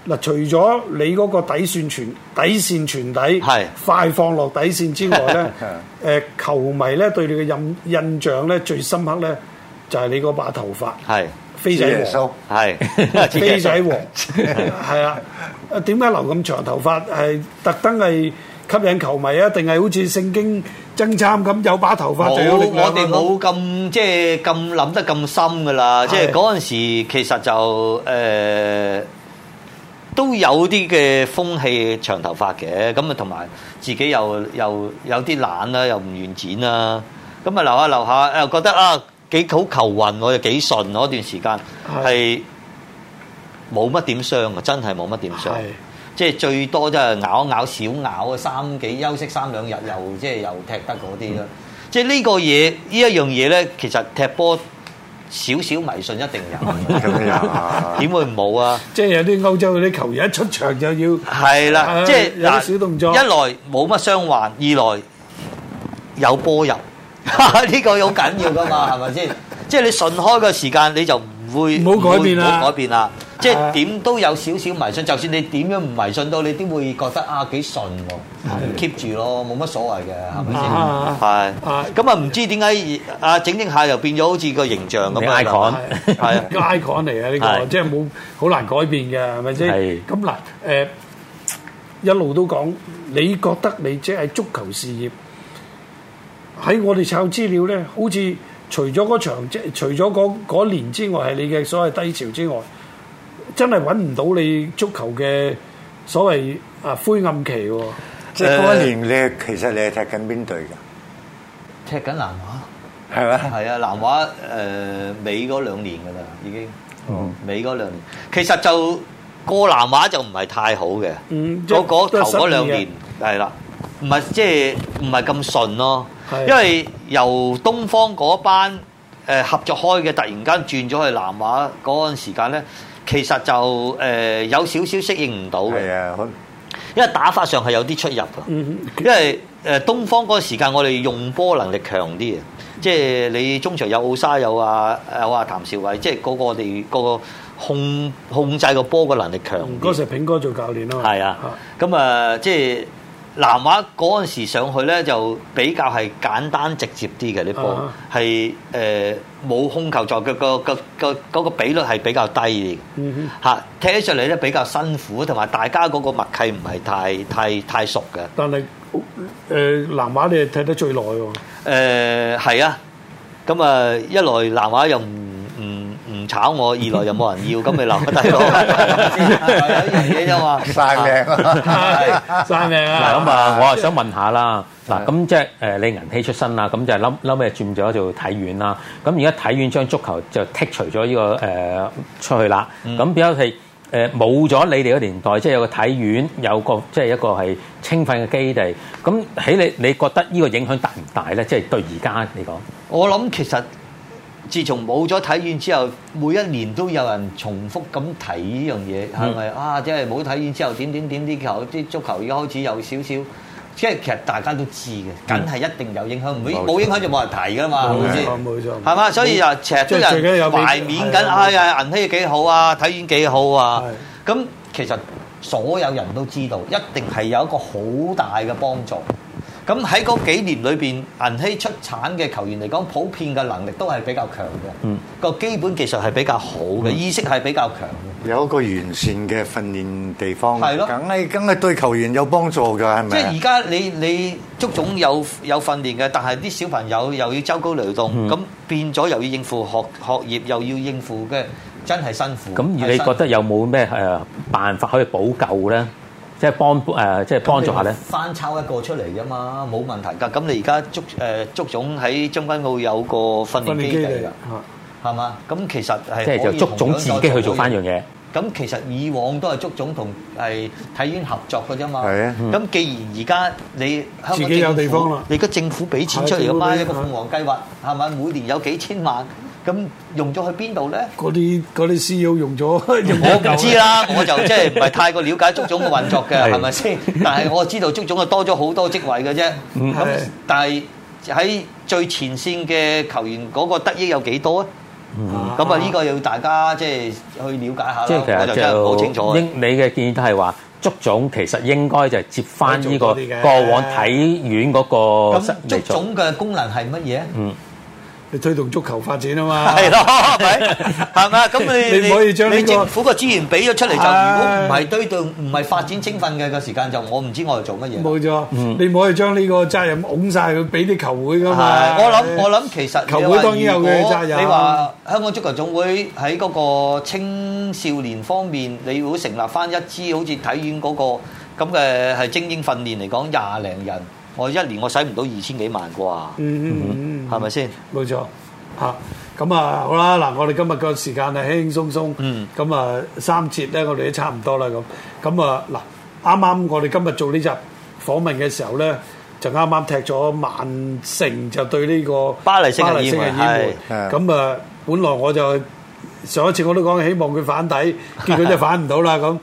[SPEAKER 6] 嗱，除咗你嗰個底線傳底線傳底
[SPEAKER 7] 係
[SPEAKER 6] 快放落底線之外 咧，誒、球迷咧對你嘅印印象咧最深刻咧就係、你嗰把頭髮
[SPEAKER 7] 係
[SPEAKER 6] 飛
[SPEAKER 5] 知耶
[SPEAKER 6] 仔
[SPEAKER 5] 穌
[SPEAKER 6] 王，。
[SPEAKER 7] 係
[SPEAKER 6] 飛仔 王係啊，啊點解留咁長頭髮係特登係吸引球迷啊？定係好似聖經爭參咁有把頭髮就有
[SPEAKER 7] 冇，
[SPEAKER 6] 力量啊
[SPEAKER 7] 我哋冇咁即係咁諗得咁深噶啦。即係嗰陣時，其實就誒、呃都有啲嘅風氣長頭髮嘅，咁啊同埋自己又又有啲懶啦，又唔願剪啦，咁啊留下留下又覺得啊幾好求運，我又幾順嗰段時間係冇乜點傷啊，真係冇乜點傷。
[SPEAKER 6] 係
[SPEAKER 7] 即係最多都係咬一咬少咬啊，三幾休息三兩日又即係又踢得嗰啲啦。即係呢個嘢呢一樣嘢咧，其實踢波少少迷 信一定有，
[SPEAKER 5] 咁呀
[SPEAKER 7] 點會冇啊？
[SPEAKER 6] 即係有啲歐洲嗰啲球員一出場就要
[SPEAKER 7] 係啦
[SPEAKER 6] 啊，
[SPEAKER 7] 即係
[SPEAKER 6] 有啲小動作
[SPEAKER 7] 一來冇乜傷患，二來有波入， 呢個好緊要 噶嘛，係咪先？即係你順開嘅時間，你就唔會
[SPEAKER 6] 唔好改變啦
[SPEAKER 7] 唔好改變啦。即
[SPEAKER 6] 係啊
[SPEAKER 7] 係點都有少少迷信，就算你點樣唔迷信到，你都會覺得啊幾順喎，keep 住咯，冇乜所謂嘅，係咪先
[SPEAKER 6] 啊？
[SPEAKER 7] 係
[SPEAKER 6] 啊
[SPEAKER 7] 咁啊，唔知點解啊整整下又變咗好似個形象咁
[SPEAKER 8] 你
[SPEAKER 7] 樣
[SPEAKER 8] icon
[SPEAKER 7] 係啊。
[SPEAKER 6] 個 icon 嚟嘅呢個，
[SPEAKER 7] 係
[SPEAKER 6] 即係冇好難改變嘅，係咪先
[SPEAKER 8] 係？
[SPEAKER 6] 咁嗱，誒一路都講，你覺得你即係足球事業喺我哋抄資料咧，好似除咗嗰場即係除咗嗰嗰年之外，係你嘅所謂低潮之外，真係揾唔到你足球嘅所謂啊灰暗期喎。
[SPEAKER 5] 即係嗰一年，你其實你係踢緊邊隊㗎？
[SPEAKER 7] 踢緊南華，
[SPEAKER 5] 係咪？
[SPEAKER 7] 係啊，南華誒、尾嗰兩年㗎啦，已經，
[SPEAKER 6] 哦
[SPEAKER 7] 尾嗰兩年，其實就過南華就唔係太好嘅，
[SPEAKER 6] 嗯即係
[SPEAKER 7] 嗰嗰
[SPEAKER 6] 都係
[SPEAKER 7] 頭嗰兩
[SPEAKER 6] 失意嘅
[SPEAKER 7] 年係啦，唔係即係唔係咁順咯，
[SPEAKER 6] 係
[SPEAKER 7] 因為由東方嗰班誒、合作開嘅，突然間轉咗去南華嗰陣時間咧，其實就誒、有少少適應唔到
[SPEAKER 5] 係
[SPEAKER 7] 嘅，
[SPEAKER 5] 啊，好
[SPEAKER 7] 因為打法上係有啲出入㗎。
[SPEAKER 6] 嗯
[SPEAKER 7] 因為誒東方嗰個時間，我哋用波能力強啲嘅，啊即係你中場有奧沙有啊有啊譚兆偉，即係嗰個我哋嗰個控控制個波嘅能力強
[SPEAKER 6] 哼，嗯嗰
[SPEAKER 7] 啲。
[SPEAKER 6] 時係炳哥做教練啊嘛。
[SPEAKER 7] 係啊，咁啊，即係南華嗰陣時上去咧，就比較係簡單直接啲嘅啲波
[SPEAKER 6] 啊，
[SPEAKER 7] 係誒冇控球在嘅個個個嗰個比率係比較低啲嘅。
[SPEAKER 6] 嗯
[SPEAKER 7] 嚇踢起上嚟咧比較辛苦，同埋大家嗰個默契唔係太太太熟嘅。
[SPEAKER 6] 但係誒南華你係踢得最耐喎。
[SPEAKER 7] 誒係啊，咁啊一來南華又唔唔唔炒我，二來又冇人要，咁咪留低咯，係一樣嘢啫嘛，
[SPEAKER 5] 晒命啊！
[SPEAKER 6] 生命
[SPEAKER 8] 嗱
[SPEAKER 6] 啊！
[SPEAKER 8] 咁啊，我啊想問下啦，嗱咁即係誒你銀禧出身啦，咁就係冧冧尾轉咗做體院啦。咁而家體院將足球就剔除咗呢個誒出去啦，咁變咗係誒冇咗你哋個年代，即係有個體院，有個即係一個係青訓嘅基地。咁喺你你覺得呢個影響大唔大咧？即係對而家嚟講，
[SPEAKER 7] 我諗其實自從冇咗體院之後，每一年都有人重複咁提呢樣嘢，
[SPEAKER 6] 嗯
[SPEAKER 7] 係咪、啊？即係冇體院之後點點點啲球啲足球而家開始有少少。即係其實大家都知嘅，梗係一定有影響，唔會冇影響就冇人提噶嘛，係咪先？
[SPEAKER 6] 嗯冇錯
[SPEAKER 7] 係嘛？所以就成日都
[SPEAKER 6] 即係最緊要
[SPEAKER 7] 有人
[SPEAKER 6] 有俾
[SPEAKER 7] 懷緬緊，
[SPEAKER 6] 係啊
[SPEAKER 7] 哎呀銀禧幾好啊，體院幾好啊。咁其實所有人都知道，一定係有一個好大嘅幫助。咁喺嗰幾年裏邊，銀禧出產嘅球員嚟講，普遍嘅能力都係比較強嘅，
[SPEAKER 8] 嗯
[SPEAKER 7] 個、基本技術係比較好嘅，意識係比較強嘅。
[SPEAKER 5] 有一個完善嘅訓練地方，
[SPEAKER 7] 係咯
[SPEAKER 5] 梗係梗係對球員有幫助㗎，係
[SPEAKER 7] 即
[SPEAKER 5] 咪
[SPEAKER 7] 係
[SPEAKER 5] 啊
[SPEAKER 7] 而？家你你足總有有訓練嘅，但係啲小朋友又要周高雷動，
[SPEAKER 8] 嗯
[SPEAKER 7] 咁、變咗又要應付學學業，又要應付嘅，真係辛苦。
[SPEAKER 8] 咁
[SPEAKER 7] 係
[SPEAKER 8] 而你
[SPEAKER 7] 辛苦
[SPEAKER 8] 覺得有冇咩誒辦法可以補救咧？即係幫誒、即係幫助下咧？
[SPEAKER 7] 翻抄一個出嚟啫嘛，冇問題㗎。咁你而家足誒足總喺將軍澳有個訓
[SPEAKER 6] 訓
[SPEAKER 7] 練
[SPEAKER 6] 練
[SPEAKER 7] 基
[SPEAKER 6] 基
[SPEAKER 7] 地
[SPEAKER 6] 地
[SPEAKER 7] 㗎，係嘛？咁其實係
[SPEAKER 8] 即係
[SPEAKER 7] 可以
[SPEAKER 8] 就足總自己去做翻樣
[SPEAKER 7] 同樣再
[SPEAKER 8] 嘢。
[SPEAKER 7] 做嘢。咁其實以往都係足總同係體院合作㗎啫嘛。
[SPEAKER 5] 係啊
[SPEAKER 7] 咁既然而家你香港
[SPEAKER 6] 自己有
[SPEAKER 7] 政府
[SPEAKER 6] 地方啦
[SPEAKER 7] 你而家政府俾錢出嚟㗎嘛，
[SPEAKER 6] 係
[SPEAKER 7] 一
[SPEAKER 6] 政
[SPEAKER 7] 個
[SPEAKER 6] 府俾
[SPEAKER 7] 鳳凰計劃係咪？每年有幾千萬，咁用咗去邊度咧？
[SPEAKER 6] 嗰啲嗰啲 CEO 用咗， 用
[SPEAKER 7] 我
[SPEAKER 6] 咗
[SPEAKER 7] 唔知啦，我就即係唔係太過了解足總嘅運作嘅，
[SPEAKER 8] 係
[SPEAKER 7] 係咪先？但係我知道足總係啊多咗好多職位嘅啫。咁
[SPEAKER 6] 係
[SPEAKER 7] 但係喺最前線嘅球員嗰個得益有幾多啊？咁啊，呢個要大家即係去了解下
[SPEAKER 8] 即係
[SPEAKER 7] 啦。我
[SPEAKER 8] 其
[SPEAKER 7] 就
[SPEAKER 8] 實
[SPEAKER 7] 真係唔係好清楚
[SPEAKER 8] 就
[SPEAKER 7] 啊。
[SPEAKER 8] 應你嘅建議都係話，足總其實應該就接翻呢個
[SPEAKER 6] 可以做多啲嘅
[SPEAKER 8] 過往體院嗰個
[SPEAKER 7] 咁
[SPEAKER 8] 嚟
[SPEAKER 7] 足
[SPEAKER 8] 做
[SPEAKER 7] 總嘅功能係乜嘢啊？
[SPEAKER 6] 嗯你推動足球發展啊嘛，
[SPEAKER 7] 係咯，係咪？係咪啊？咁 你
[SPEAKER 6] 你唔可以將呢
[SPEAKER 7] 你
[SPEAKER 6] 個
[SPEAKER 7] 政府個資源俾咗出嚟，就如果
[SPEAKER 6] 唉
[SPEAKER 7] 唔係堆到唔係發展青訓嘅個時間，就我唔知我哋做乜嘢啦。
[SPEAKER 6] 冇錯，你唔可以將呢個責任拱晒佢俾啲球會噶嘛。
[SPEAKER 7] 係我諗我諗其實
[SPEAKER 6] 球會當然有佢嘅責任
[SPEAKER 7] 你話香港足球總會喺嗰個青少年方面，你會成立翻一支好似體院嗰、個咁嘅係精英訓練嚟講，廿零人，我一年我使唔到二千幾萬啩，
[SPEAKER 6] 嗯嗯嗯嗯，
[SPEAKER 7] 係咪先？
[SPEAKER 6] 冇錯嚇。咁啊，好啦，嗱，我哋今日個時間係輕輕鬆鬆，
[SPEAKER 7] 嗯
[SPEAKER 6] 咁啊三節咧，我哋都差唔多啦，咁咁啊嗱，啱啱我哋今日做呢集訪問嘅時候咧，就啱啱踢咗曼城就對呢個
[SPEAKER 7] 巴黎聖日耳門
[SPEAKER 6] 巴門
[SPEAKER 5] 係
[SPEAKER 6] 咁啊，本來我就上一次我都講希望佢反底，結果就反唔到啦 咁。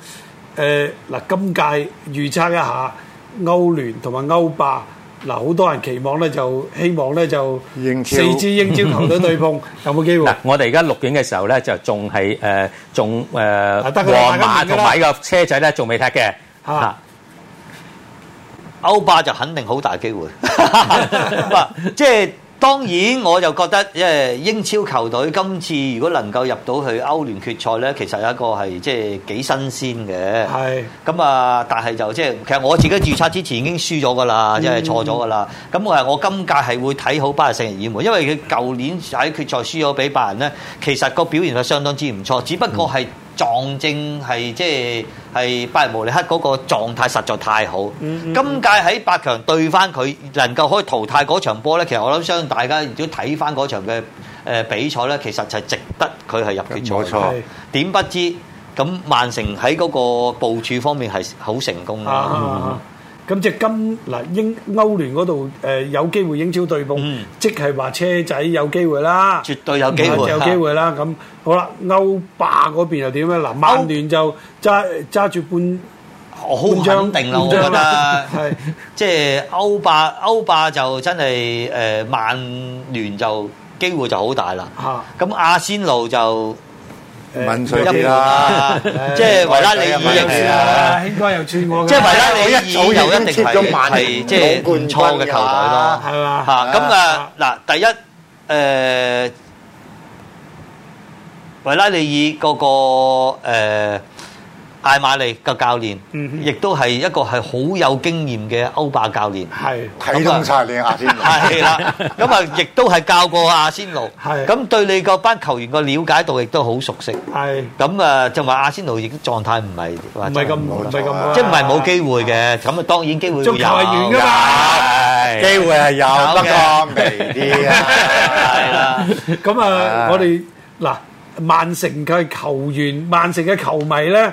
[SPEAKER 6] 誒嗱，今屆預測一下歐聯同埋歐霸，嗱好多人期望咧就希望咧就
[SPEAKER 5] 英超
[SPEAKER 6] 四支英超球隊 對碰，有冇機會
[SPEAKER 8] 嗱？，我哋而家錄影嘅時候咧，就仲係誒，仲誒
[SPEAKER 6] 得㗎啦大家
[SPEAKER 8] 皇馬
[SPEAKER 6] 明㗎啦
[SPEAKER 8] 同埋呢個車仔咧，仲未踢嘅
[SPEAKER 6] 嚇
[SPEAKER 8] 嚇。
[SPEAKER 7] 歐霸就肯定好大機會。 嗱即係當然，我就覺得即係英超球隊今次如果能夠入到去歐聯決賽咧，其實有一個係即係幾新鮮嘅。
[SPEAKER 6] 係
[SPEAKER 7] 咁啊，但係就即係其實我自己預測之前已經輸咗㗎
[SPEAKER 5] 嗯
[SPEAKER 7] 啦，即係錯咗㗎啦。咁我係我今屆係會睇好巴黎聖日耳門，因為佢舊年喺決賽輸咗俾拜仁咧，其實個表現係相當之唔錯，只不過
[SPEAKER 5] 嗯
[SPEAKER 7] 係撞正係即係係拜仁慕尼黑嗰個狀態實在太好。
[SPEAKER 5] 嗯
[SPEAKER 7] 今屆喺八強對翻佢，能夠可以淘汰嗰場波咧，其實我諗相信大家如果睇翻嗰場嘅誒比賽咧，其實就係值得佢係入決賽。
[SPEAKER 5] 冇錯
[SPEAKER 6] 係
[SPEAKER 7] 點不知咁曼城喺嗰個部署方面係好成功
[SPEAKER 6] 啊啊
[SPEAKER 7] 嘅。
[SPEAKER 6] 啊！咁即係今嗱英歐聯嗰度誒有機會英超對碰
[SPEAKER 7] 嗯，
[SPEAKER 6] 即係話車仔有機會啦，
[SPEAKER 7] 絕對有機會
[SPEAKER 6] 有機會啦。咁好啦，歐霸嗰邊又點咧？嗱，曼聯就揸揸住半。
[SPEAKER 7] 我好肯定啦，我覺得
[SPEAKER 6] 係
[SPEAKER 7] 即係歐霸歐霸就真係誒曼聯就機會就好大啦。
[SPEAKER 6] 嚇
[SPEAKER 7] 咁阿仙奴就
[SPEAKER 5] 敏
[SPEAKER 7] 一
[SPEAKER 5] 水
[SPEAKER 7] 半
[SPEAKER 5] 啲啦，
[SPEAKER 7] 啦，即係維拉利爾亦
[SPEAKER 5] 係
[SPEAKER 7] 係
[SPEAKER 5] 啊
[SPEAKER 7] 啊。
[SPEAKER 6] 啊，興哥又串我㗎，
[SPEAKER 7] 即係維拉利爾
[SPEAKER 5] 我一早已
[SPEAKER 7] 又一定
[SPEAKER 5] 經貼咗曼
[SPEAKER 7] 係
[SPEAKER 5] 聯
[SPEAKER 7] 係即係唔錯嘅球隊咯
[SPEAKER 6] 冠軍
[SPEAKER 5] 攞，
[SPEAKER 6] 㗎係嘛
[SPEAKER 7] 嚇咁啊
[SPEAKER 6] 啊
[SPEAKER 7] 嗱，第一誒、ờ, 呃維拉利爾嗰、個、呃、艾馬利嘅教練，
[SPEAKER 6] 嗯哼
[SPEAKER 7] 亦都係一個係好有經驗嘅歐霸教練。
[SPEAKER 6] 係
[SPEAKER 5] 睇通晒你阿天奴，
[SPEAKER 7] 係啦，咁啊，亦都係教過阿仙奴，
[SPEAKER 6] 係
[SPEAKER 7] 咁對你個班球員個了解度亦都好熟悉。
[SPEAKER 6] 係
[SPEAKER 7] 咁啊，就話阿仙奴亦都狀態唔係話
[SPEAKER 6] 唔係
[SPEAKER 7] 真係
[SPEAKER 6] 咁唔係咁啊
[SPEAKER 7] 即係唔係冇機會嘅，咁啊當然機會會有
[SPEAKER 6] 足球係遠
[SPEAKER 7] Dạ.
[SPEAKER 6] 㗎嘛
[SPEAKER 7] 有
[SPEAKER 5] 機會係有，
[SPEAKER 7] 有嘅
[SPEAKER 5] 不過微啲啊。
[SPEAKER 7] à, 係啦，
[SPEAKER 6] ờ, 咁啊，我哋嗱曼城嘅球員、曼城嘅球迷咧，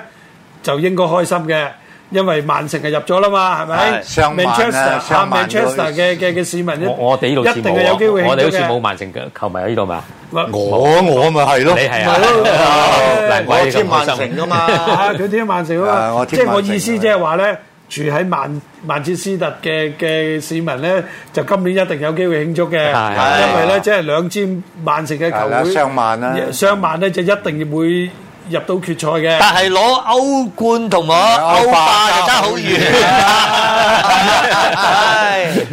[SPEAKER 6] 就應該開心嘅，因為曼城係入咗啦嘛，係咪
[SPEAKER 7] 係
[SPEAKER 5] 上萬啊
[SPEAKER 6] à, Manchester 啊
[SPEAKER 5] 上萬都
[SPEAKER 6] Manchester 嘅嘅嘅市民一
[SPEAKER 8] 我我哋呢度
[SPEAKER 6] 一定係有機
[SPEAKER 8] 冇
[SPEAKER 6] 會
[SPEAKER 8] 啊，我
[SPEAKER 6] 慶
[SPEAKER 8] 哋好
[SPEAKER 6] 祝
[SPEAKER 8] 似冇
[SPEAKER 6] 嘅。
[SPEAKER 8] 曼城嘅球迷喺呢度嘛？
[SPEAKER 6] 喂
[SPEAKER 5] 我我咪係咯
[SPEAKER 8] 你，
[SPEAKER 6] 唔
[SPEAKER 8] 係啊
[SPEAKER 6] 係咯，
[SPEAKER 8] 難怪
[SPEAKER 5] 我
[SPEAKER 8] 你
[SPEAKER 5] 簽
[SPEAKER 8] 咁
[SPEAKER 5] 曼
[SPEAKER 8] 開
[SPEAKER 5] 城
[SPEAKER 8] 心。
[SPEAKER 5] 噶嘛，
[SPEAKER 6] 啊！佢啲曼城啊
[SPEAKER 5] 啊
[SPEAKER 6] 嘛，
[SPEAKER 5] 我
[SPEAKER 6] 即
[SPEAKER 5] 貼
[SPEAKER 6] 係我
[SPEAKER 5] 曼城
[SPEAKER 6] 意思，
[SPEAKER 5] 㗎
[SPEAKER 6] 即係話咧，住喺曼曼徹斯特嘅嘅市民咧，就今年一定有機會慶祝嘅，
[SPEAKER 8] 係
[SPEAKER 5] 係
[SPEAKER 6] 因為咧，即係兩支曼城嘅
[SPEAKER 5] 係啦
[SPEAKER 6] 球會
[SPEAKER 5] 雙曼啦
[SPEAKER 6] 雙曼咧就一定會入到決賽 嘅。
[SPEAKER 7] 但係攞歐冠同我歐霸就爭好遠。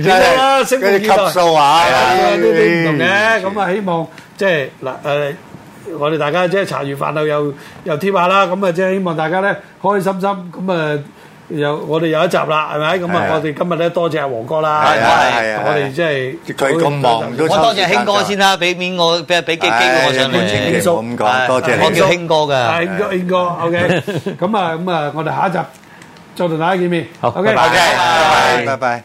[SPEAKER 5] 真係
[SPEAKER 6] 啊拭目
[SPEAKER 5] 嗰
[SPEAKER 6] 以待
[SPEAKER 5] 啲級數啊，
[SPEAKER 6] 係啊，呢啲唔
[SPEAKER 5] Dạ.
[SPEAKER 6] 同嘅，
[SPEAKER 5] 唉
[SPEAKER 6] 咁啊希望即係嗱誒，我哋大家即係茶餘飯後又又貼下啦，咁啊即係希望大家咧開開心心，咁啊又我哋有一集啦，係咪？咁啊
[SPEAKER 5] 係啊
[SPEAKER 6] 我哋今日咧多謝阿黃哥啦，
[SPEAKER 5] 係啊係啊
[SPEAKER 6] 我哋即係
[SPEAKER 5] 佢咁忙都
[SPEAKER 7] 我多謝興哥先啦，俾面我，俾俾機機會我上
[SPEAKER 5] 唉千
[SPEAKER 7] 嚟
[SPEAKER 5] 祈。唔好咁講，多謝
[SPEAKER 7] 我
[SPEAKER 5] 你
[SPEAKER 7] 叫。興哥㗎。
[SPEAKER 6] 係應該應該 OK，咁啊咁啊，我哋下一集再同大家見面。
[SPEAKER 8] 好
[SPEAKER 6] OK，
[SPEAKER 8] 拜拜
[SPEAKER 5] OK，拜拜拜拜。